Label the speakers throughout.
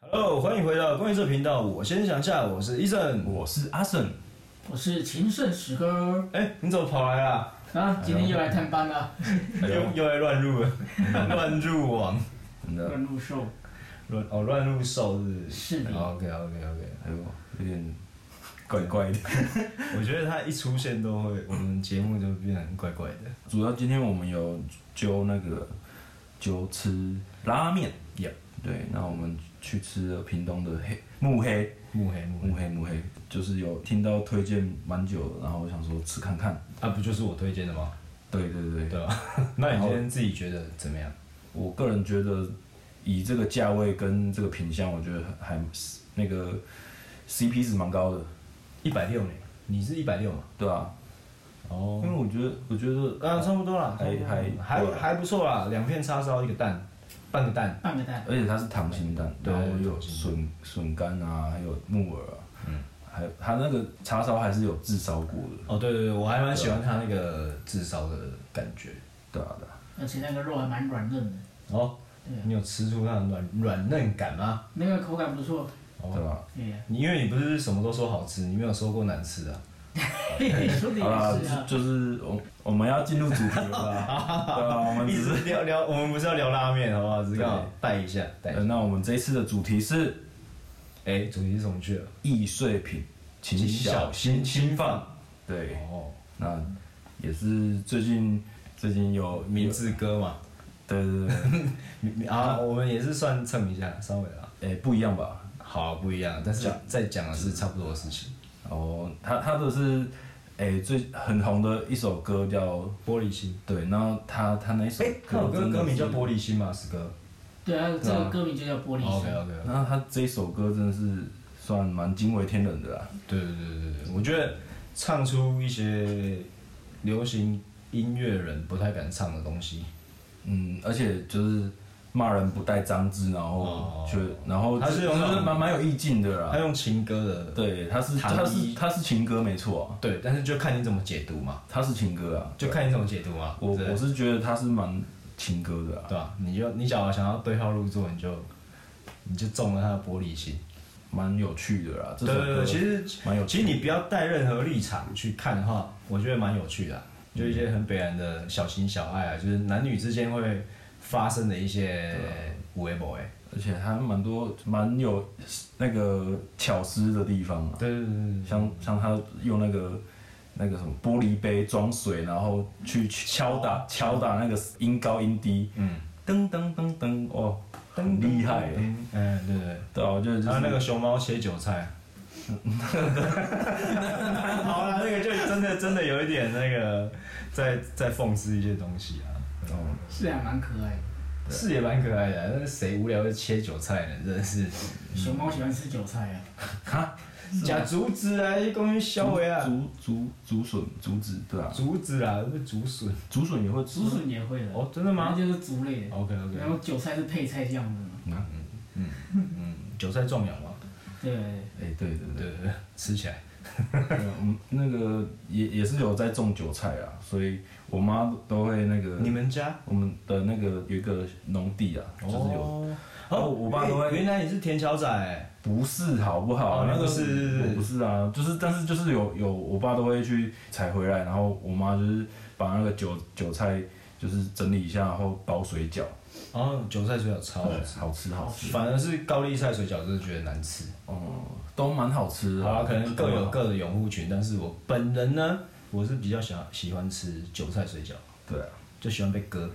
Speaker 1: Hello，欢迎回到关于这频道。我先想一下，我是 Eason。
Speaker 2: 我是阿胜，
Speaker 3: 我是情圣史哥
Speaker 1: 哎，你怎么跑来啦？
Speaker 3: 啊，今天又来探班了，
Speaker 2: 哎呦
Speaker 1: 又又来乱入 了，乱入王，真的
Speaker 3: 乱入兽
Speaker 1: 乱哦乱入兽是不是？
Speaker 3: 是的
Speaker 1: OK OK OK，
Speaker 2: 哎呦，有点怪怪的。
Speaker 1: 我觉得他一出现都会，我们节目就变得很怪怪的。
Speaker 2: 主要今天我们有揪那个揪吃拉面，
Speaker 1: Yep
Speaker 2: 对，那我们去吃了屏东的黑木黑
Speaker 1: 幕黑幕
Speaker 2: 木
Speaker 1: 黑，
Speaker 2: 黑木黑，就是有听到推荐蛮久的，然后我想说吃看看。
Speaker 1: 啊不就是我推荐的吗？
Speaker 2: 对对对，
Speaker 1: 对吧？ 那你今天自己觉得怎么样？
Speaker 2: 我个人觉得以这个价位跟这个品相，我觉得还那个 CP 值蛮高的，
Speaker 1: 一百六呢？你是一百六嘛？
Speaker 2: 对吧、
Speaker 1: 哦
Speaker 2: 因为我觉得我觉得
Speaker 1: 啊，差不多啦，
Speaker 2: 还还
Speaker 1: 还
Speaker 2: 对啊
Speaker 1: 还不错啦，两片叉烧，一个蛋，半个蛋，
Speaker 3: 半个蛋，
Speaker 2: 而且它是溏心蛋，
Speaker 1: 对
Speaker 2: 然后有
Speaker 1: 溏心
Speaker 2: 笋笋干啊，还有木耳啊，
Speaker 1: 嗯
Speaker 2: 还有它那个叉烧还是有炙烧过的，
Speaker 1: 哦，对对对，我啊还蛮喜欢它那个炙烧的感觉。
Speaker 2: 对啊对啊，
Speaker 3: 而且那个肉还蛮软嫩的，
Speaker 1: 哦，
Speaker 3: 对
Speaker 1: 你有吃出那种软软嫩感吗？
Speaker 3: 那个口感不错，
Speaker 2: 对啊吧？
Speaker 3: 对呀，
Speaker 1: 你因为你不是什么都说好吃，你没有说过难吃的、啊。
Speaker 3: 嘿嘿，说的
Speaker 2: 好啦
Speaker 3: 也是，啊，
Speaker 2: 就就是我我们要进入主题了吧？对啊，我们
Speaker 1: 一
Speaker 2: 只
Speaker 1: 直
Speaker 2: 是，
Speaker 1: 聊聊，我们不是要聊拉面好不好？只是刚好
Speaker 2: 对
Speaker 1: 带一下，带一
Speaker 2: 呃
Speaker 1: 下。
Speaker 2: 那我们这一次的主题是
Speaker 1: 哎，主题是什么去了？
Speaker 2: 易碎品，请小心侵犯。对，
Speaker 1: 哦，
Speaker 2: 那也是最近最近有
Speaker 1: 名，字哥嘛，
Speaker 2: 对对对，
Speaker 1: 啊，我们也是算蹭一下，稍微啦。
Speaker 2: 哎、不一样吧？
Speaker 1: 好，啊不一样，但是在讲的是差不多的事情。
Speaker 2: 哦，他他的是诶、最很红的一首歌叫
Speaker 1: 玻璃心，
Speaker 2: 对，然后他他那一首
Speaker 1: 哎，他有
Speaker 2: 歌
Speaker 1: 歌
Speaker 2: 真的
Speaker 1: 歌名
Speaker 2: 是
Speaker 1: 叫《玻璃心》嘛，史哥。
Speaker 3: 对啊，这
Speaker 1: 对啊
Speaker 3: 个歌名就叫玻璃
Speaker 1: OK
Speaker 3: 心，
Speaker 1: OK。
Speaker 2: 然后他这一首歌真的是算蛮惊为天人的啦。
Speaker 1: 对对对对对，我觉得唱出一些流行音乐人不太敢唱的东西。
Speaker 2: 嗯，而且就是骂人不带脏字，然后
Speaker 1: 哦
Speaker 2: 却、然后
Speaker 1: 他是
Speaker 2: 就
Speaker 1: 用那
Speaker 2: 是
Speaker 1: 种
Speaker 2: 蛮蛮有意境的
Speaker 1: 他
Speaker 2: 啦。
Speaker 1: 用情歌的，
Speaker 2: 对，他是
Speaker 1: 弹
Speaker 2: 他
Speaker 1: 一
Speaker 2: 是他是情歌没错啊，
Speaker 1: 对，但是就看你怎么解读嘛，
Speaker 2: 他是情歌啊。
Speaker 1: 就看你怎么解读嘛。
Speaker 2: 我
Speaker 1: 对
Speaker 2: 我是觉得他是蛮情歌的啊，
Speaker 1: 对吧？你就你假如想要对号入座，你就你就中了他的玻璃心。
Speaker 2: 蛮有趣的啊啦。这
Speaker 1: 对
Speaker 2: 首
Speaker 1: 对
Speaker 2: 歌
Speaker 1: 对，其实
Speaker 2: 蛮有
Speaker 1: 其实你不要带任何立场去看的话，我觉得蛮有趣的啊、就一些很北然的小情小爱啊，就是男女之间会发生的一些哎无为不为。
Speaker 2: 而且还蛮多蛮有那个巧思的地方啊，
Speaker 1: 对对对对对。
Speaker 2: 像像他用那个那个什么玻璃杯装水，然后去敲打敲打那个音高音低，
Speaker 1: 嗯，
Speaker 2: 噔噔噔噔，哦，很厉害耶。
Speaker 1: 嗯，对对。
Speaker 2: 对啊，我觉得就
Speaker 1: 还
Speaker 2: 是
Speaker 1: 有那个熊猫切韭菜。 好啦，那个就真的真的有一点那个在在讽刺一些东西啊，
Speaker 2: 哦，
Speaker 3: 是还蛮可爱的，
Speaker 1: 是也蛮可爱的啊、但是谁无聊会切韭菜呢？真的是
Speaker 3: 熊猫喜欢吃韭菜啊，
Speaker 2: 哈，
Speaker 1: 假竹子啊，一公斤削回啊，
Speaker 2: 竹竹竹笋竹子，对啊，
Speaker 1: 竹子啊，不是竹笋。
Speaker 2: 竹笋也会吃
Speaker 3: 竹，笋也会的，
Speaker 1: 哦，真的吗
Speaker 3: 那就是竹类的，
Speaker 1: ？OK
Speaker 3: 然
Speaker 1: OK，
Speaker 3: 后韭菜是配菜酱的嘛，
Speaker 1: 嗯，韭菜壮阳嘛，
Speaker 3: 对，
Speaker 2: 哎，对对
Speaker 1: 对
Speaker 2: 对，
Speaker 1: 对对，吃起来。
Speaker 2: 嗯，那个也也是有在种韭菜啊，所以我妈都会那个
Speaker 1: 你们家
Speaker 2: 我们的那个有一个农地啊，就是有，
Speaker 1: 哦，
Speaker 2: 然后我爸都会
Speaker 1: 哎原来你是田小仔欸，
Speaker 2: 不是好不好？
Speaker 1: 哦
Speaker 2: 那
Speaker 1: 你
Speaker 2: 个
Speaker 1: 不是
Speaker 2: 我不是啊，就是但是就是有有，我爸都会去采回来，然后我妈就是把那个韭韭菜就是整理一下，然后包水饺，
Speaker 1: 然后哦韭菜水饺超好
Speaker 2: 对
Speaker 1: 吃。
Speaker 2: 好吃好吃，
Speaker 1: 反而是高丽菜水饺，真的觉得难吃。
Speaker 2: 哦，都蛮好吃的。
Speaker 1: 好啦，啊可能各有各的拥护群，但是我本人呢，我是比较想喜欢吃韭菜水饺，
Speaker 2: 对啊，
Speaker 1: 就喜欢被 割，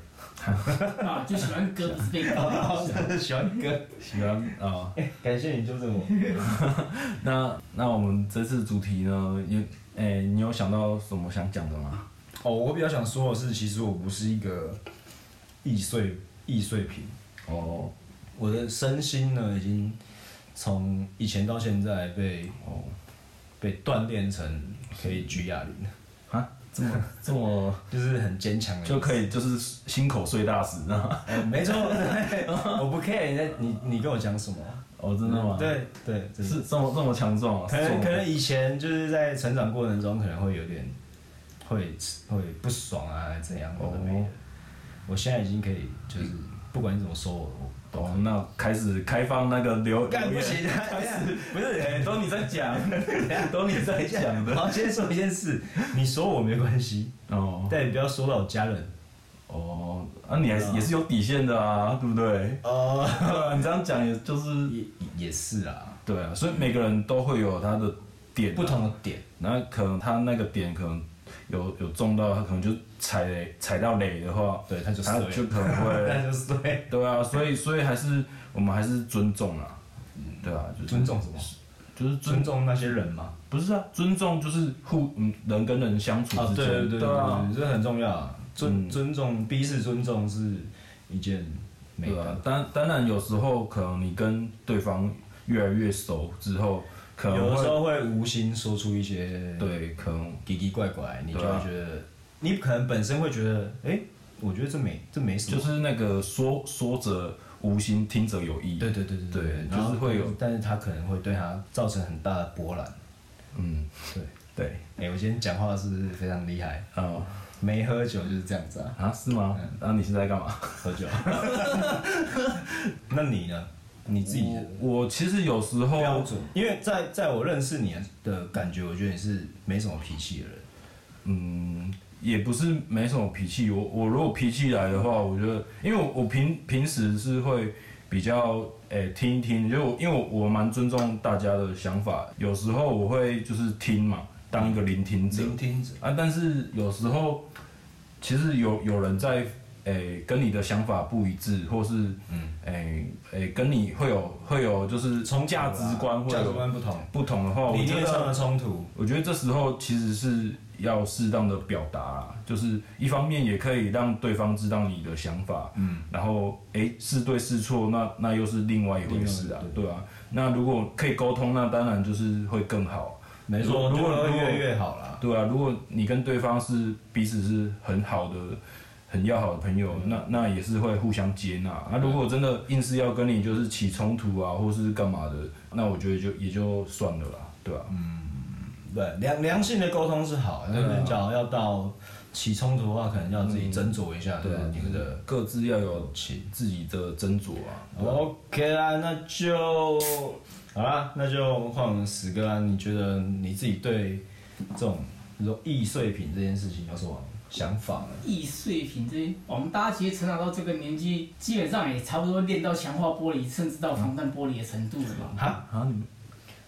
Speaker 3: 啊，就喜欢割不是 被割，
Speaker 1: 喜欢割。
Speaker 2: 喜欢啊。
Speaker 1: 哎感谢你纠正我。
Speaker 2: 那那我们这次主题呢，你哎、你有想到什么想讲的吗？
Speaker 1: 哦，我比较想说的是，其实我不是一个易碎易碎品，
Speaker 2: 哦
Speaker 1: 我的身心呢已经从以前到现在被
Speaker 2: 哦，
Speaker 1: 被锻炼成可以举哑铃，
Speaker 2: 啊，这么这么。
Speaker 1: 就是很坚强的
Speaker 2: 就可
Speaker 1: 以。
Speaker 2: 以就是心口碎大石啊！
Speaker 1: 哎没错，对 我不 care 你在你你跟我讲什么。
Speaker 2: 哦，真的吗？，
Speaker 1: 对对，真的
Speaker 2: 是这么这么强壮啊！
Speaker 1: 可能
Speaker 2: 是
Speaker 1: 可
Speaker 2: 这么
Speaker 1: 能以前就是在成长过程中，可能会有点会会不爽啊，怎样我都没有
Speaker 2: 哦。
Speaker 1: 我现在已经可以，就是不管你怎么说我，我
Speaker 2: 哦，那开始开放那个留
Speaker 1: 干
Speaker 2: 留
Speaker 1: 不
Speaker 2: 言
Speaker 1: 行，等一下
Speaker 2: 不是，哎、都你在 讲，都你在讲
Speaker 1: 然
Speaker 2: 的。
Speaker 1: 后先说一件事，你说我没关系，
Speaker 2: 哦
Speaker 1: 但你不要说到我家人。
Speaker 2: 哦，啊，你还是也是有底线的啊，对不对？
Speaker 1: 哦，
Speaker 2: 你这样讲也就是
Speaker 1: 也也是啊，
Speaker 2: 对啊，所以每个人都会有他的点、啊
Speaker 1: 不，同的点，
Speaker 2: 那可能他那个点可能有有中到，他可能就踩雷踩到雷的话，
Speaker 1: 对，他就
Speaker 2: 他
Speaker 1: 对
Speaker 2: 就，可能
Speaker 1: 他
Speaker 2: 会
Speaker 1: 就是对，
Speaker 2: 对啊，所以所以还是我们还是尊重啊，对啊，就是
Speaker 1: 尊重什么？
Speaker 2: 就是尊
Speaker 1: 尊重那些人嘛。
Speaker 2: 不是啊，尊重就是互嗯人跟人相处
Speaker 1: 哦，
Speaker 2: 之
Speaker 1: 对
Speaker 2: 间，
Speaker 1: 对对对
Speaker 2: 啊，
Speaker 1: 对，这很重要啊。尊
Speaker 2: 嗯
Speaker 1: 尊重，彼此尊重是一件美
Speaker 2: 对啊
Speaker 1: 德。，
Speaker 2: 当当然有时候可能你跟对方越来越熟之后，可
Speaker 1: 有
Speaker 2: 能
Speaker 1: 的时
Speaker 2: 会
Speaker 1: 候会无心说出一些
Speaker 2: 对，可能
Speaker 1: 奇奇怪怪，你就
Speaker 2: 对
Speaker 1: 会
Speaker 2: 啊
Speaker 1: 觉得，你可能本身会觉得，哎，我觉得这没这没什么
Speaker 2: 就。是那个说说者无心，听者有意。
Speaker 1: 对对对
Speaker 2: 对
Speaker 1: 对，
Speaker 2: 就是会有，
Speaker 1: 但是他可能会对他造成很大的波澜。
Speaker 2: 嗯，
Speaker 1: 对，
Speaker 2: 对，
Speaker 1: 哎、我今天讲话是不是非常厉害？
Speaker 2: 啊
Speaker 1: 没喝酒就是这样子啊，
Speaker 2: 啊是吗？那、你现在在干嘛？
Speaker 1: 喝 酒。那你呢？你自己的
Speaker 2: 我我其实有时候
Speaker 1: 标准？因为在在我认识你的感觉，我觉得你是没什么脾气的人。
Speaker 2: 嗯，也不是没什么脾气。我我如果脾气来的话，我觉得，因为我我平平时是会比较诶、听一听，就我因为我我蛮尊重大家的想法，有时候我会就是听嘛，当一个聆听者
Speaker 1: 聆听者，
Speaker 2: 啊。但是有时候其实有有人在诶、跟你的想法不一致，或是
Speaker 1: 嗯，
Speaker 2: 诶诶、跟你会有会有就是
Speaker 1: 冲突
Speaker 2: 价值观
Speaker 1: 啊
Speaker 2: 会
Speaker 1: 价值
Speaker 2: 有
Speaker 1: 观不同，
Speaker 2: 不同的话，我
Speaker 1: 理
Speaker 2: 觉
Speaker 1: 念
Speaker 2: 得
Speaker 1: 上的冲突，
Speaker 2: 我觉得这时候其实是要适当的表达啦，就是一方面也可以让对方知道你的想法，
Speaker 1: 嗯，
Speaker 2: 然后诶是对是错，那那又是另外一回事啊
Speaker 1: 另外，
Speaker 2: 对啊。那如果可以沟通，那当然就是会更好，
Speaker 1: 没错，
Speaker 2: 如果
Speaker 1: 多
Speaker 2: 如果
Speaker 1: 越越好啦。
Speaker 2: 对啊。如果你跟对方是彼此是很好的、很要好的朋友，那那也是会互相接纳。那、如果真的硬是要跟你就是起冲突啊，或是干嘛的，那我觉得就也就算了啦，对啊。
Speaker 1: 对，良良性的沟通是好，但
Speaker 2: 对啊
Speaker 1: 是假如要到起冲突的话，可能要自己斟酌一下，对
Speaker 2: 对啊，
Speaker 1: 你
Speaker 2: 你
Speaker 1: 们
Speaker 2: 们
Speaker 1: 的
Speaker 2: 的各自要有其自己的斟酌啊。
Speaker 1: OK 啦，那就好啦，那就换我们死哥啊。你觉得你自己对这种比如说易碎品这件事情有什么想法呢？
Speaker 3: 易碎品这些，我们大家其实成长到这个年纪，基本上也差不多练到强化玻璃，甚至到防弹玻璃的程度了吧？
Speaker 1: 哈，
Speaker 2: 啊，你们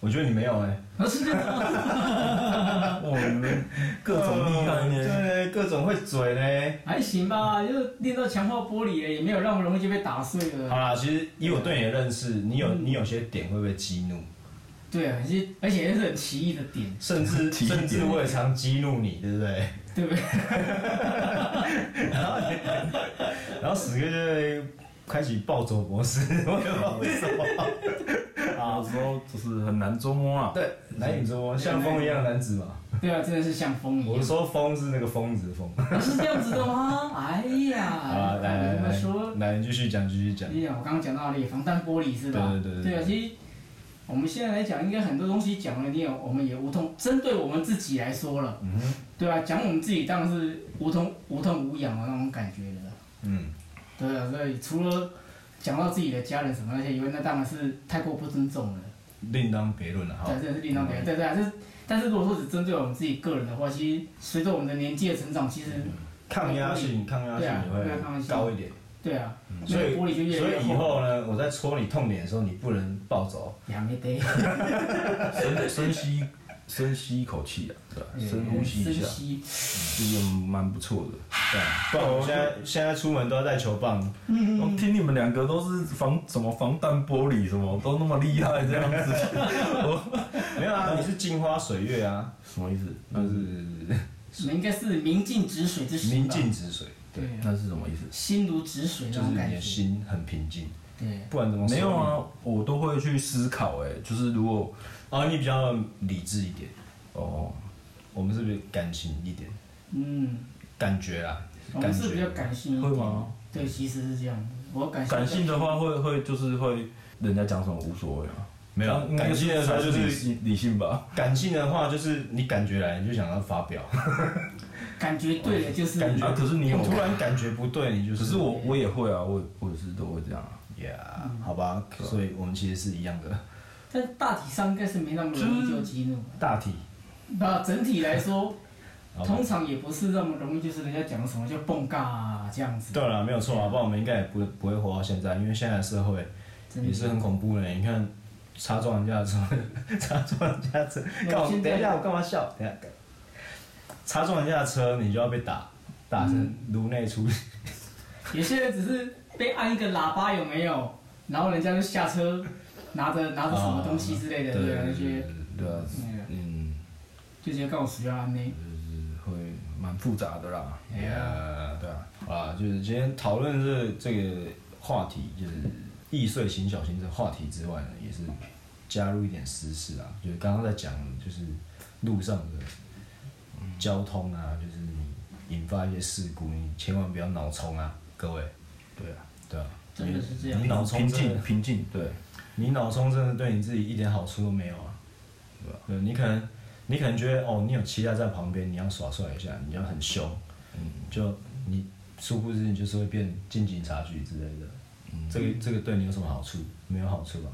Speaker 1: 我觉得你没有哎、
Speaker 3: 那是真的吗，
Speaker 2: 哇，你啊们各种厉害 呢。
Speaker 3: 呃
Speaker 1: 对，各种会嘴呢。
Speaker 3: 还行吧，就是练到强化玻璃了，也没有让我容易就被打碎
Speaker 1: 好
Speaker 3: 了。
Speaker 1: 啦，其实以我对你的认识，你
Speaker 3: 嗯
Speaker 1: 有你有些点会被激怒，
Speaker 3: 对啊，而且而且是很奇异的点，
Speaker 1: 甚 至
Speaker 2: 提一
Speaker 1: 甚
Speaker 2: 点
Speaker 1: 至我也常激怒你，对不对？
Speaker 3: 对不对？
Speaker 1: 然后死哥就会开启暴走模式， 我也不知道为什么。
Speaker 2: 啊有时候就是很难捉摸啊。
Speaker 1: 对，难以捉摸，像风一样的男子嘛。
Speaker 3: 对啊，真的是像风一
Speaker 1: 我
Speaker 3: 样。
Speaker 1: 说风是那个疯子的疯。
Speaker 3: 是这样子的吗？哎呀，
Speaker 1: 好啦来啊来
Speaker 3: 啊你
Speaker 1: 来
Speaker 3: 们说，
Speaker 1: 来，你继续讲，继续讲。
Speaker 3: 你讲我刚刚讲到那里防弹玻璃是吧？
Speaker 1: 对对对对
Speaker 3: 啊，其实我们现在来讲，应该很多东西讲了，你有我们也无痛，针对我们自己来说了，
Speaker 1: 嗯哼
Speaker 3: 对啊，讲我们自己当然是无痛无痛无痒的那种感觉的啦。
Speaker 1: 嗯，
Speaker 3: 对啊，所以除了讲到自己的家人什么那些以外，那当然是太过不尊重了。
Speaker 1: 另当别论了哈
Speaker 3: 对，。真的是另当别
Speaker 2: 嗯
Speaker 3: 论。对对啊，就是但是如果说只针对我们自己个人的话，其实随着我们的年纪的成长，其实
Speaker 2: 嗯
Speaker 1: 抗压性，抗压性
Speaker 3: 对啊
Speaker 1: 也
Speaker 3: 对啊抗压
Speaker 1: 会
Speaker 3: 性
Speaker 1: 高一点。
Speaker 3: 对啊，
Speaker 1: 所以
Speaker 3: 那个玻璃就越
Speaker 1: 所
Speaker 3: 来越
Speaker 1: 以以后呢，我在戳你痛点的时候，你不能暴走。
Speaker 3: 两一堆。
Speaker 2: 深深吸深吸一口气啊，对吧？ 深呼吸一下，嗯
Speaker 3: 吸
Speaker 2: 这个蛮不错 的。
Speaker 1: 对啊，不然我现在现在出门都要带球棒。
Speaker 2: 我听你们两个都是防什么防弹玻璃什么都那么厉害这样子， 我
Speaker 1: 没有 啊，你是镜花水月啊，
Speaker 2: 什么意思？
Speaker 1: 那是
Speaker 3: 你们应该是明镜止水之心
Speaker 1: 明
Speaker 3: 吧
Speaker 1: 镜止水，
Speaker 3: 对啊，
Speaker 2: 那是什么意思？
Speaker 3: 心如止水那
Speaker 1: 就是
Speaker 3: 种
Speaker 1: 你
Speaker 3: 感
Speaker 1: 的
Speaker 3: 觉。
Speaker 1: 心很平静，
Speaker 3: 对，
Speaker 1: 不然怎么说
Speaker 2: 没有？啊，我都会去思考，哎，就是如果
Speaker 1: 哦，你比较理智一点，
Speaker 2: 哦，
Speaker 1: 我们是不是感情一点？
Speaker 3: 嗯，
Speaker 1: 感觉啦，
Speaker 3: 我
Speaker 1: 感
Speaker 3: 们是比
Speaker 1: 觉
Speaker 3: 较感性一
Speaker 2: 会
Speaker 3: 点。
Speaker 2: 吗？
Speaker 3: 对，其实是这样的。我感性
Speaker 2: 哦感性的话会会就是会，人家讲什么无所谓啊。
Speaker 1: 没
Speaker 3: 嗯
Speaker 1: 有
Speaker 2: 应该
Speaker 1: 感性的时候就是
Speaker 2: 理性理性吧。
Speaker 1: 感性的话，就是你感觉来，你就想要发表；
Speaker 3: 感觉对了就是
Speaker 1: 感觉
Speaker 2: 啊，可是你有，
Speaker 1: 突然感觉不对，你就
Speaker 2: 可
Speaker 1: 是
Speaker 2: 是我我也会啊，我我也是都会这样啊。
Speaker 1: 呀、
Speaker 3: 嗯
Speaker 1: 好吧，所以我们其实是一样的。
Speaker 3: 但大体上应该是没那么容易就激怒。
Speaker 1: 大体，
Speaker 3: 那整体来说，
Speaker 1: 好吧
Speaker 3: 通常也不是那么容易，就是人家讲什么叫蹦尬啊这样子。
Speaker 1: 对了，没有错啊，不然我们应该也不不会活到现在，因为现在的社会
Speaker 3: 真的
Speaker 1: 也是很恐怖的。你看，插撞人家 的时候，插撞人家的车，
Speaker 3: 那
Speaker 1: 干嘛？
Speaker 3: 现在
Speaker 1: 等一下，我干嘛笑？等一下，插撞人家的车，你就要被打，打成颅内出血。
Speaker 3: 有些人只是被按一个喇叭有没有，然后人家就下车，拿着拿着什么东西之类的，
Speaker 1: 啊对
Speaker 3: 对，那些
Speaker 2: 对啊，
Speaker 3: 那个
Speaker 2: 嗯，
Speaker 3: 就直接告诉安内。
Speaker 2: 会蛮复杂的啦。
Speaker 3: 嗯
Speaker 1: 呀，
Speaker 2: 对啊，
Speaker 1: 啊，就是今天讨论这这个话题，就是易碎型小型这话题之外呢，也是加入一点时事啊，就是刚刚在讲，就是路上的交通啊，就是你引发一些事故，你千万不要脑冲啊，各位，
Speaker 2: 对啊，
Speaker 1: 对啊，
Speaker 3: 真的是这样
Speaker 1: 你脑冲
Speaker 2: 平
Speaker 1: 真
Speaker 2: 静
Speaker 1: 的，
Speaker 2: 平静，对，
Speaker 1: 你脑冲真的对你自己一点好处都没有啊，
Speaker 2: 对吧
Speaker 1: 对，你可能你可能觉得哦，你有骑他在旁边，你要耍帅一下，你要很凶，
Speaker 2: 嗯
Speaker 1: 就你殊不知你就是会变进警察局之类的。
Speaker 2: 嗯，
Speaker 1: 这个这个对你有什么好处？没有好处吧？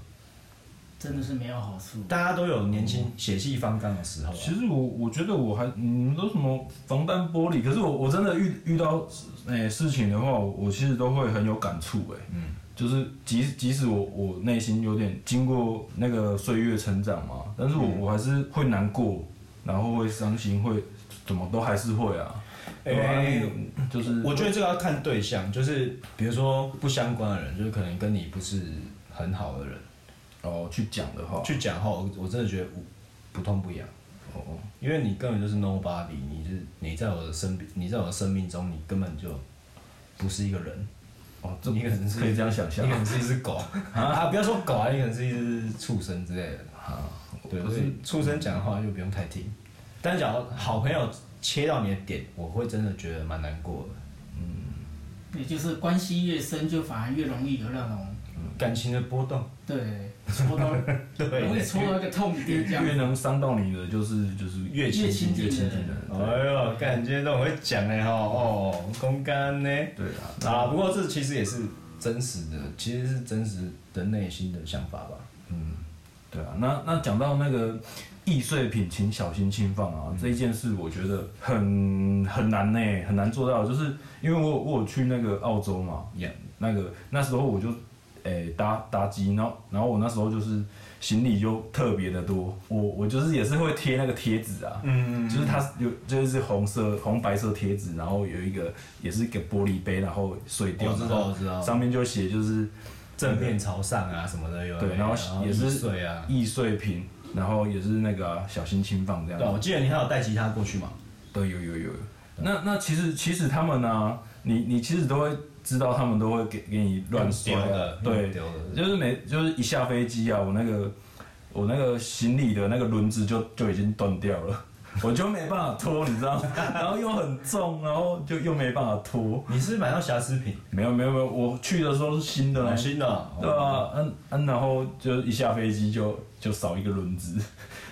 Speaker 3: 真的是没有好处。
Speaker 1: 大家都有年轻血气方刚的时候、啊。
Speaker 2: 其实我我觉得我还你们都什么防弹玻璃，可是我我真的遇遇到诶、事情的话，我我其实都会很有感触哎诶、
Speaker 1: 嗯，
Speaker 2: 就是即即使我我内心有点经过那个岁月成长嘛，但是
Speaker 1: 嗯
Speaker 2: 我、我还是会难过，然后会伤心，会怎么都还是会啊。
Speaker 1: 哎、
Speaker 2: 对啊你就是
Speaker 1: 我觉得这个要看对象，就是比如说不相关的人，就是可能跟你不是很好的人，
Speaker 2: 哦去讲的话，
Speaker 1: 去讲后，我真的觉得无不痛不痒，
Speaker 2: 哦
Speaker 1: 因为你根本就是 nobody，你是你在我的生你在我的生命中，你根本就不是一个人，
Speaker 2: 哦，这
Speaker 1: 你可能是
Speaker 2: 可以这样想
Speaker 1: 你
Speaker 2: 象
Speaker 1: 可能是一只狗 啊，不要说狗啊，你可能是一只畜生之类的。
Speaker 2: 啊，
Speaker 1: 对，
Speaker 2: 可
Speaker 1: 所
Speaker 2: 是
Speaker 1: 以畜生讲的话就不用太听。但假如好朋友切到你的点，我会真的觉得蛮难过的。
Speaker 3: 也就是关系越深，就反而越容易有那种
Speaker 2: 嗯
Speaker 1: 感情的波动，
Speaker 3: 对戳 到，容易戳到一个痛点这样。
Speaker 2: 越能伤到你的就是就是
Speaker 1: 越
Speaker 3: 亲近
Speaker 1: 近
Speaker 3: 的人
Speaker 1: 亲近的人。哎呦，感觉都很会讲哎哈哦，公干呢
Speaker 2: 对啊，
Speaker 1: 啊，不过这其实也是真实的，其实是真实的内心的想法吧。
Speaker 2: 对啊，那那讲到那个易碎品，请小心轻放
Speaker 1: 嗯
Speaker 2: 啊！这一件事我觉得很很难呢、很难做到，就是因为我有我有去那个澳洲嘛，
Speaker 1: Yeah
Speaker 2: 那个那时候我就诶、搭搭机，然后然后我那时候就是行李就特别的多，我我就是也是会贴那个贴纸啊，
Speaker 1: 嗯
Speaker 2: 就是它有就是红色红白色贴纸，然后有一个也是一个玻璃杯，然后碎掉，
Speaker 1: 我知
Speaker 2: 然
Speaker 1: 道
Speaker 2: 后
Speaker 1: 我知道，
Speaker 2: 上面就写就是
Speaker 1: 正面朝上啊什么的有的
Speaker 2: 对
Speaker 1: 没的
Speaker 2: 然后也是
Speaker 1: 易碎啊。
Speaker 2: 易碎品，然后也是那个啊、小心轻放这样
Speaker 1: 对啊，我记得你还有带吉他过去嘛？
Speaker 2: 对，有有有有。那那其实其实他们呢、你你其实都会知道，他们都会给给你乱摔
Speaker 1: 丢
Speaker 2: 啊
Speaker 1: 的，
Speaker 2: 对，
Speaker 1: 丢的。
Speaker 2: 就是每就是一下飞机啊，我那个我那个行李的那个轮子就就已经断掉了， 我就没办法拖，你知道吗？ 然后又很重，然后就又没办法拖。
Speaker 1: 你是买到瑕疵品？
Speaker 2: 没有没有没有，我去的时候是哦新的、
Speaker 1: 暖心的，
Speaker 2: 对啊，嗯嗯，然后就一下飞机就就少一个轮子，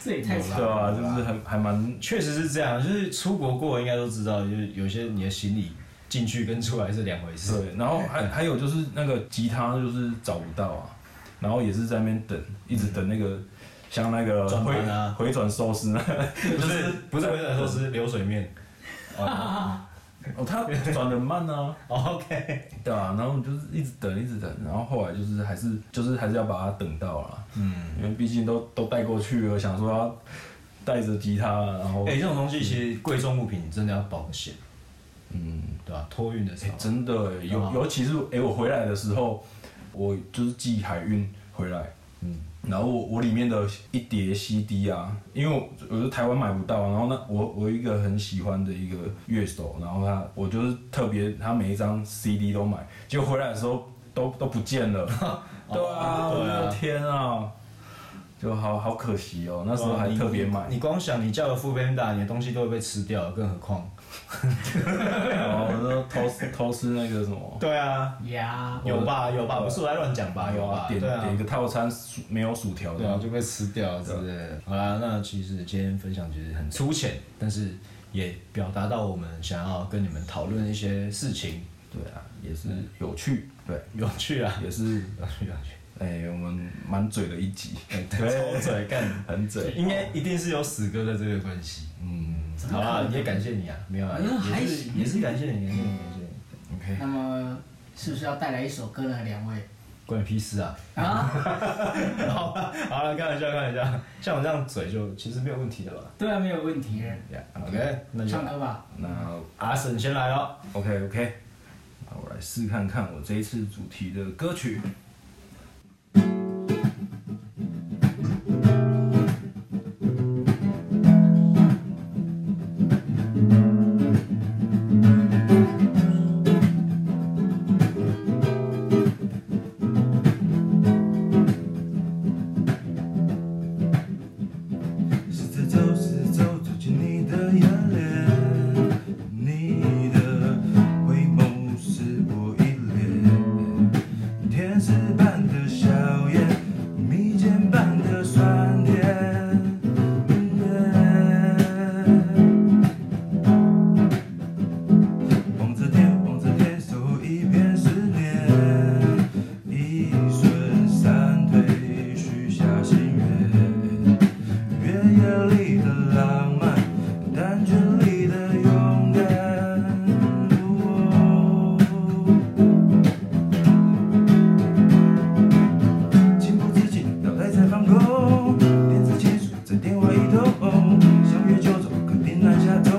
Speaker 3: 这也太
Speaker 1: 有啦
Speaker 2: 对啊，就是还还蛮
Speaker 1: 确实是这样。就是出国过的应该都知道，就是有些你的行李进去跟出来是嗯两回事。
Speaker 2: 对，然后还还有就是那个吉他就是找不到啊，然后也是在那边等，一直等那个像那个
Speaker 1: 嗯转
Speaker 2: 回
Speaker 1: 盘啊
Speaker 2: 回转寿司 那，
Speaker 1: 不是不是回转寿司，流水面。
Speaker 2: 哦，他转的慢啊，
Speaker 1: OK，
Speaker 2: 对啊，然后就是一直等一直等，然后后来就是还是就是还是要把它等到了，
Speaker 1: 嗯，
Speaker 2: 因为毕竟都都带过去了，想说要带着吉他，然后
Speaker 1: 哎，这种东西其实贵重物品真的要保个险，
Speaker 2: 嗯，
Speaker 1: 对吧？托运的时
Speaker 2: 哎
Speaker 1: 候，
Speaker 2: 真的欸
Speaker 1: 啊
Speaker 2: 尤尤其是哎我回来的时候，我就是寄海运回来。
Speaker 1: 嗯，
Speaker 2: 然后我我里面的一叠 CD 啊，因为我我是台湾买不到，啊然后呢，我我有一个很喜欢的一个乐手，然后他我就是特别，他每一张 CD 都买，结果回来的时候都都不 见了，对啊，我
Speaker 1: 对啊
Speaker 2: 的天啊，就好好可惜哦，那时候还特别买，
Speaker 1: 你光想你叫了副编大，你的东西都会被吃掉，更何况？
Speaker 2: 然后就偷偷吃那个什么，
Speaker 1: 对啊，
Speaker 3: 呀，
Speaker 1: 有吧有吧，我是我在乱讲吧，有吧？
Speaker 2: 点
Speaker 1: 对啊
Speaker 2: 点一个套餐薯没有薯条
Speaker 1: 对啊，
Speaker 2: 的，
Speaker 1: 就被吃掉之类的。好啦，那其实今天分享其实很粗浅，但是也表达到我们想要跟你们讨论一些事情，
Speaker 2: 对啊，也是有趣，对，
Speaker 1: 有趣 啊，
Speaker 2: 也是
Speaker 1: 有趣有趣，
Speaker 2: 哎、我们蛮嘴的一 集，
Speaker 1: 超哎嘴干，
Speaker 2: 很嘴。
Speaker 1: 应该一定是有死哥的这个关系。
Speaker 2: 嗯
Speaker 3: 怎么
Speaker 1: 好
Speaker 3: 可
Speaker 1: 啦，
Speaker 3: 能
Speaker 1: 也感谢你啊，没有啊，
Speaker 3: 嗯还
Speaker 1: 也是
Speaker 3: 行
Speaker 1: 也是感谢你，感谢你，感谢你，
Speaker 2: ，OK，
Speaker 3: 那么是不是要带来一首歌呢？两位
Speaker 1: 关你屁事 啊！
Speaker 3: 啊？
Speaker 1: 好，好了，开玩笑，开玩笑，像我这样嘴就其实没有问题的吧
Speaker 3: 对啊，没有问题。
Speaker 2: 呀、
Speaker 1: ？OK，那就
Speaker 3: 唱歌吧。
Speaker 2: 那
Speaker 1: 阿沈先来了，
Speaker 2: OK OK，那我来试看看我这一次主题的歌曲。试着走，试着走，走进你的眼帘，你的回眸使我一脸天使般的笑颜，蜜饯般的酸甜。望着天，望着天，守候一片思念，一瞬闪退，许下心愿。月夜里的浪漫，蛋卷里的勇敢。情不自禁，脑袋在放空，电子情书在电话一头，相约就走，肯定难下头。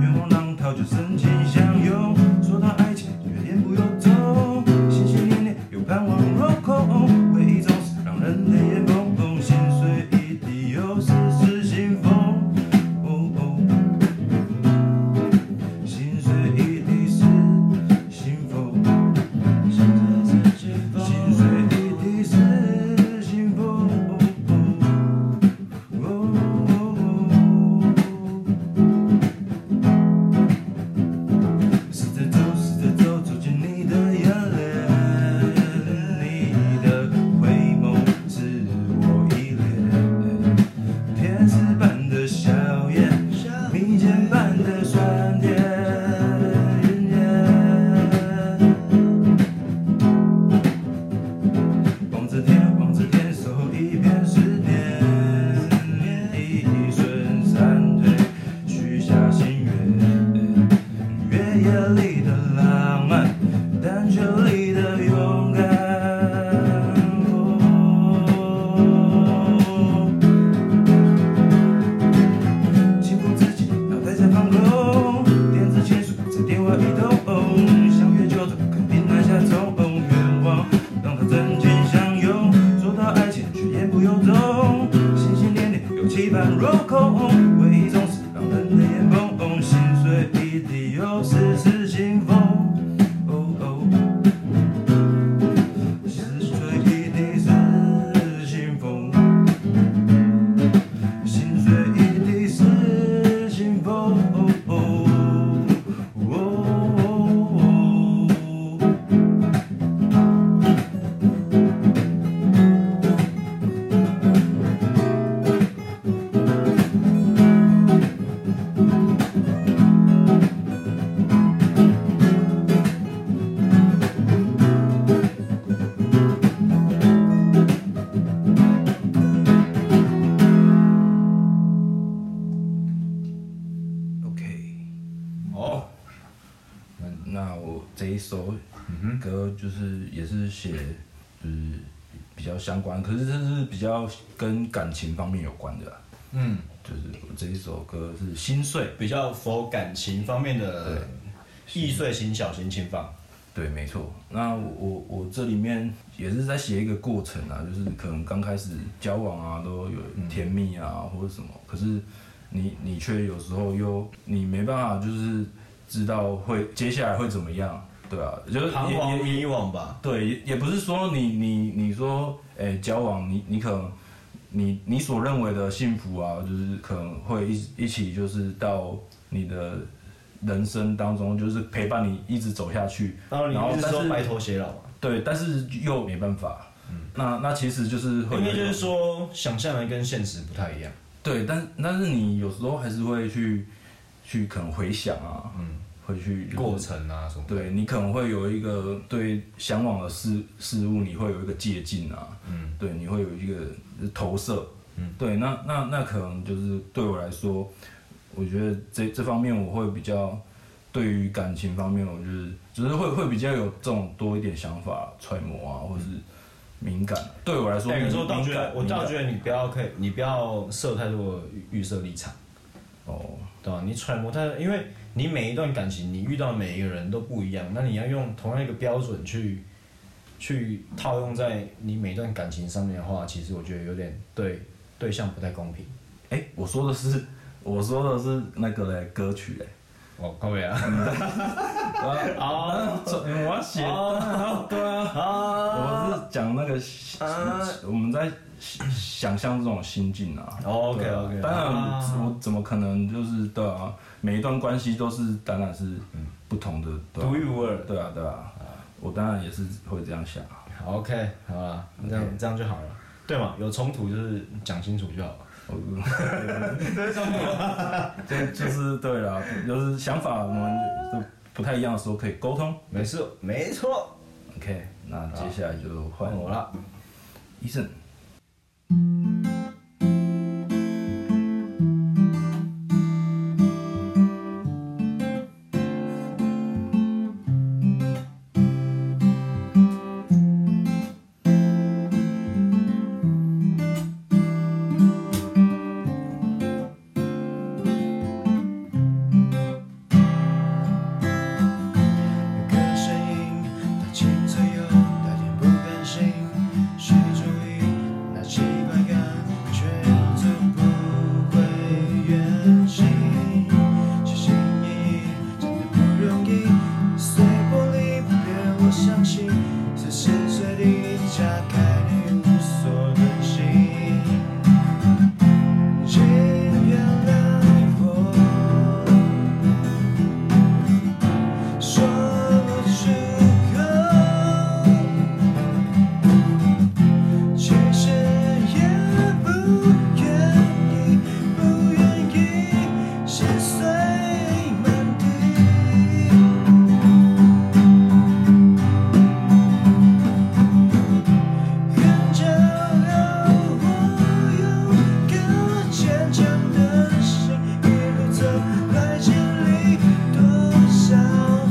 Speaker 2: 愿望浪涛就深情相拥，说到爱情，越言不由衷，心心念念又盼望落空，回忆总是让人泪眼朦胧，心碎一地又丝丝心缝。哦哦心碎一地是心缝。
Speaker 1: 心碎是解放
Speaker 2: 心碎一地是幸福。试着走，试着走，走进你的眼帘，你的回眸是我依恋，天使般的笑颜，蜜饯般的酸甜。望着天，望着天，守候一片思念，一瞬闪退，许下心愿。月夜里的浪漫，蛋卷里的勇敢。情不自禁，脑袋在放空，电子情书在电话里头，相约就走，肯定拿下走。愿望让它真情相拥，说到爱情却言不由衷，心心念念又期盼落空，回忆总是让人泪眼朦胧，心碎一地又丝丝心缝。哦哦，心碎一地是心缝。心碎一地是幸福。OK，
Speaker 1: 哦，
Speaker 2: 那我这一首
Speaker 1: 嗯
Speaker 2: 歌就是也是写就是比较相关，可是这是比较跟感情方面有关的啦、啊
Speaker 1: 哼，嗯，
Speaker 2: 就是我这一首歌是《心碎》，
Speaker 1: 比较否感情方面的易碎型小型情放，
Speaker 2: 对，没错。那我我这里面也是在写一个过程啊，就是可能刚开始交往啊，都有甜蜜啊、或者什么，可是你你却有时候又你没办法，就是知道会接下来会怎么样，对啊，就是
Speaker 1: 彷
Speaker 2: 也
Speaker 1: 徨
Speaker 2: 也
Speaker 1: 迷惘吧，
Speaker 2: 对，也也不是说你你你说，诶、交往你你可能你你所认为的幸福啊，就是可能会一一起就是到你的人生当中，就是陪伴你一直走下去。
Speaker 1: 然后你不是
Speaker 2: 但
Speaker 1: 说
Speaker 2: 是
Speaker 1: 白头偕老吗？
Speaker 2: 对，但是又没办法。那那其实就是会
Speaker 1: 嗯应
Speaker 2: 有一
Speaker 1: 该
Speaker 2: 种，
Speaker 1: 就是说，想象的跟现实不太一样。
Speaker 2: 对，但但是你有时候还是会去去可能回想啊，
Speaker 1: 嗯，
Speaker 2: 会去就是
Speaker 1: 过程啊什么。
Speaker 2: 对你可能会有一个对向往的事事物，你会有一个借鉴啊，
Speaker 1: 嗯，
Speaker 2: 对，你会有一个投射，
Speaker 1: 嗯，
Speaker 2: 对，那那那可能就是对我来说，我觉得这这方面我会比较对于感情方面，我就是就是会会比较有这种多一点想法揣摩啊，或是敏感，对我来说，
Speaker 1: 哎、可是我倒
Speaker 2: 敏
Speaker 1: 觉得
Speaker 2: 感，
Speaker 1: 我倒觉
Speaker 2: 敏
Speaker 1: 得你不要可以，你不要设太多的预预设立场，
Speaker 2: 感哦，
Speaker 1: 对吧、你揣摩他，因为你每一段感情，你遇到每一个人都不一样，那你要用同样一个标准去去套用在你每一段感情上面的话，其实我觉得有点对对象不太公平。
Speaker 2: 哎、我说的是我说的是那个嘞歌曲 嘞。
Speaker 1: 哦，各位啊，
Speaker 2: 啊，我要写，对啊，我是讲那个，
Speaker 1: 啊
Speaker 2: 我们在想象这种心境啊。
Speaker 1: 哦
Speaker 2: 对啊
Speaker 1: OK，OK
Speaker 2: 当然
Speaker 3: 啊
Speaker 2: 我怎么可能就是对啊？每一段关系都是当然是不同的，对啊
Speaker 1: 嗯独一无二。
Speaker 2: 对啊对啊，我当然也是会这样想啊。
Speaker 1: 好 OK，好啦，这样这样就好了，对嘛？有冲突就是讲清楚就好了。
Speaker 2: 我就就是对了，就是想法我们就不太一样的时候可以沟通。
Speaker 1: 没事，没错，
Speaker 2: OK，那接下来就换
Speaker 1: 换我了。
Speaker 2: 医生。
Speaker 4: 甘心，那进退有，那天不甘心，谁注意那期盼感，却总不会远行。小心翼翼，真的不容易，随波离不别我相信，随时随地打开你无所遁形。请原谅我。说不出口，其实也不愿意，不愿意心碎满地。很久了，我有个坚强的心，一路走来经历多少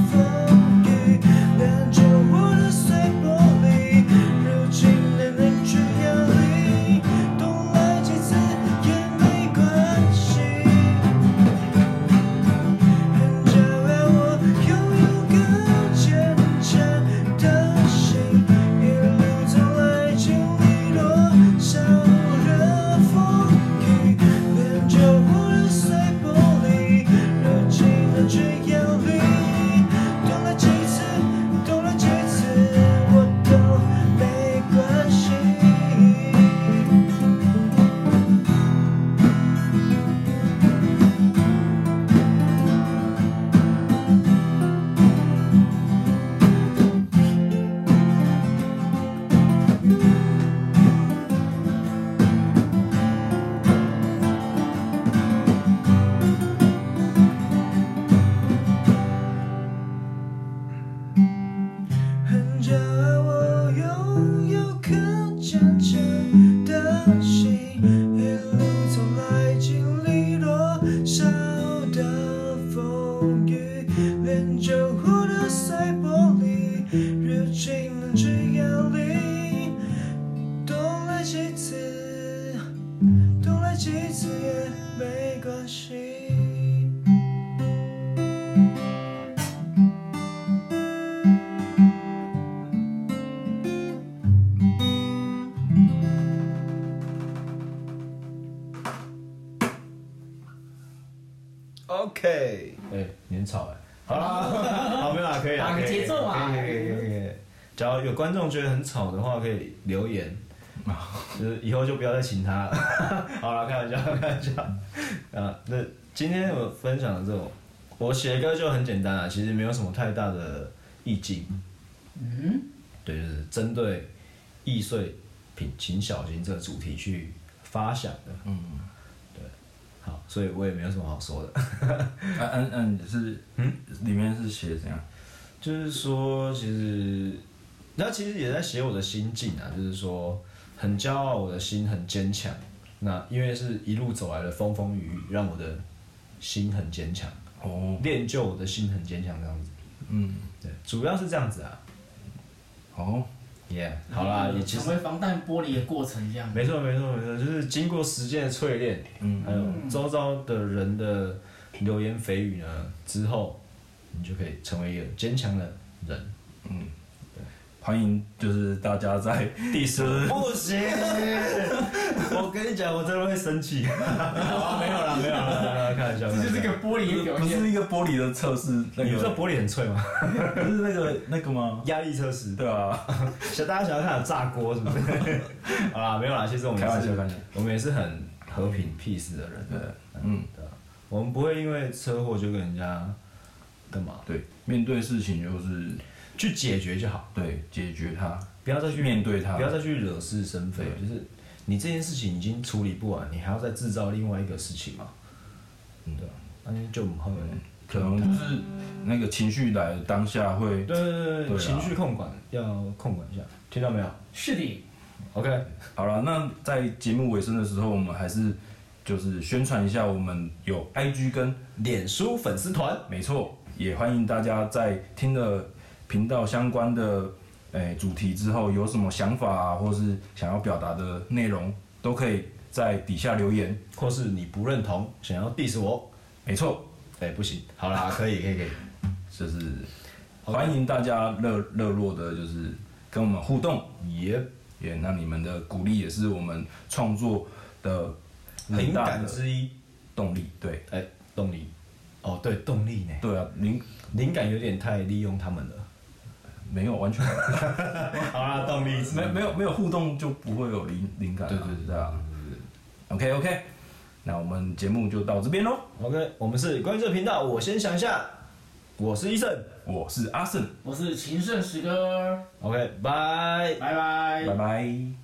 Speaker 4: 风雨，练就我的碎玻璃，如今的人去压力，多爱几次也没关系。很久了，我拥有个坚强的心，一路走来经历多少的风雨，练就我的碎玻璃，热情的去压力，多了几次，多了几次，我都没关系。很久了，我拥有颗坚强的心，一路走来经历多少的风雨，练就我的碎玻璃，如今能去压力，多来几次，多来几次也没关系。
Speaker 1: OK，哎、你很吵哎、好 啦，好没有啦，可以啦，
Speaker 3: 打个
Speaker 1: 可以
Speaker 3: 节奏啊嘛
Speaker 1: 可以可以可以可以可以。假如有观众觉得很吵的话，可以留 言，就是以后就不要再请他了。 好了，开玩笑，开玩笑。啊，那今天我分享的这种，我写歌就很简单啊，其实没有什么太大的意境，
Speaker 3: 嗯，
Speaker 1: 对，就是针对易碎品，请小心这个主题去发想的。
Speaker 2: 嗯，
Speaker 1: 好，所以我也没有什么好说的。
Speaker 2: 啊嗯嗯，是嗯，里面是写怎样？
Speaker 1: 就是说，其实那其实也在写我的心境啊，就是说很骄傲，我的心很坚强。那因为是一路走来的风风雨雨，让我的心很坚强，
Speaker 2: 哦，
Speaker 1: 练就我的心很坚强这样子。
Speaker 2: 嗯，
Speaker 1: 对，主要是这样子啊。
Speaker 2: 哦，
Speaker 1: 耶、yeah,，好啦，也其
Speaker 3: 成
Speaker 1: 实
Speaker 3: 为嗯防弹玻璃的过程这样。
Speaker 1: 没错没错没错，就是经过时间的淬炼，
Speaker 2: 嗯
Speaker 1: 还有周遭的人的流言蜚语呢，之后你就可以成为一个坚强的人。
Speaker 2: 嗯，欢迎就是大家在
Speaker 1: 第十不行， 我跟你讲，我真的会生气。啊没有啦，没有啦，开玩笑。哎
Speaker 3: 这就是个玻璃的表
Speaker 2: 不
Speaker 3: 现。
Speaker 2: 是一个玻璃的测试，那
Speaker 1: 你不知道
Speaker 2: 个
Speaker 1: 玻璃很脆吗？
Speaker 2: 不是那个那个吗？
Speaker 1: 压力测试，
Speaker 2: 对啊，
Speaker 1: 小大家想要看有炸锅是不是？ 好啦，没有啦，其实我们
Speaker 2: 开玩笑
Speaker 1: 也是
Speaker 2: 开玩笑
Speaker 1: 我们也是很和平 peace 的人。
Speaker 2: 对，嗯，
Speaker 1: 对啊，我们不会因为车祸就跟人家干嘛，
Speaker 2: 对，面对事情就是
Speaker 1: 去解决就好，
Speaker 2: 对解决它，
Speaker 1: 不要再去
Speaker 2: 面对它，
Speaker 1: 不要再去惹是生非，
Speaker 2: 对
Speaker 1: 就是你这件事情已经处理不完，你还要再制造另外一个事情嘛？
Speaker 2: 嗯
Speaker 1: 对啊，那就很后面。
Speaker 2: 可能就是那个情绪来的当下会
Speaker 1: 对对对
Speaker 2: 对
Speaker 1: 对，
Speaker 2: 啊
Speaker 1: 情绪控管要控管一下，听到没有
Speaker 3: 是的，
Speaker 1: ？OK，
Speaker 2: 好了，那在节目尾声的时候，我们还是就是宣传一下，我们有 IG 跟
Speaker 1: 脸书粉丝团，
Speaker 2: 没错，也欢迎大家在听了频道相关的诶、主题之后，有什么想法啊，或是想要表达的内容，都可以在底下留言。
Speaker 1: 或是你不认同，想要 diss 我，
Speaker 2: 没错，
Speaker 1: 哎，不行，好啦，可以可 以可以，
Speaker 2: 就是欢迎大家热热络的，就是跟我们互动，
Speaker 1: 也
Speaker 2: 也那你们的鼓励也是我们创作的很
Speaker 1: 灵
Speaker 2: 大
Speaker 1: 感
Speaker 2: 的
Speaker 1: 之一，
Speaker 2: 动力。对，
Speaker 1: 哎，动力，哦对，动力呢，
Speaker 2: 对啊，您
Speaker 1: 灵感有点太利用他们了。
Speaker 2: 没有完全。
Speaker 1: 好啦，动力
Speaker 2: 没没有没有互动就不会有灵灵感、啊，
Speaker 1: 对对对
Speaker 2: 对啊。OK OK，那我们节目就到这边喽。
Speaker 1: OK，我们是关于这个频道，我先想一下，我是医生
Speaker 2: 我是阿胜，
Speaker 3: 我是情圣史哥，
Speaker 1: ，OK，拜。
Speaker 3: 拜拜
Speaker 2: 拜。拜。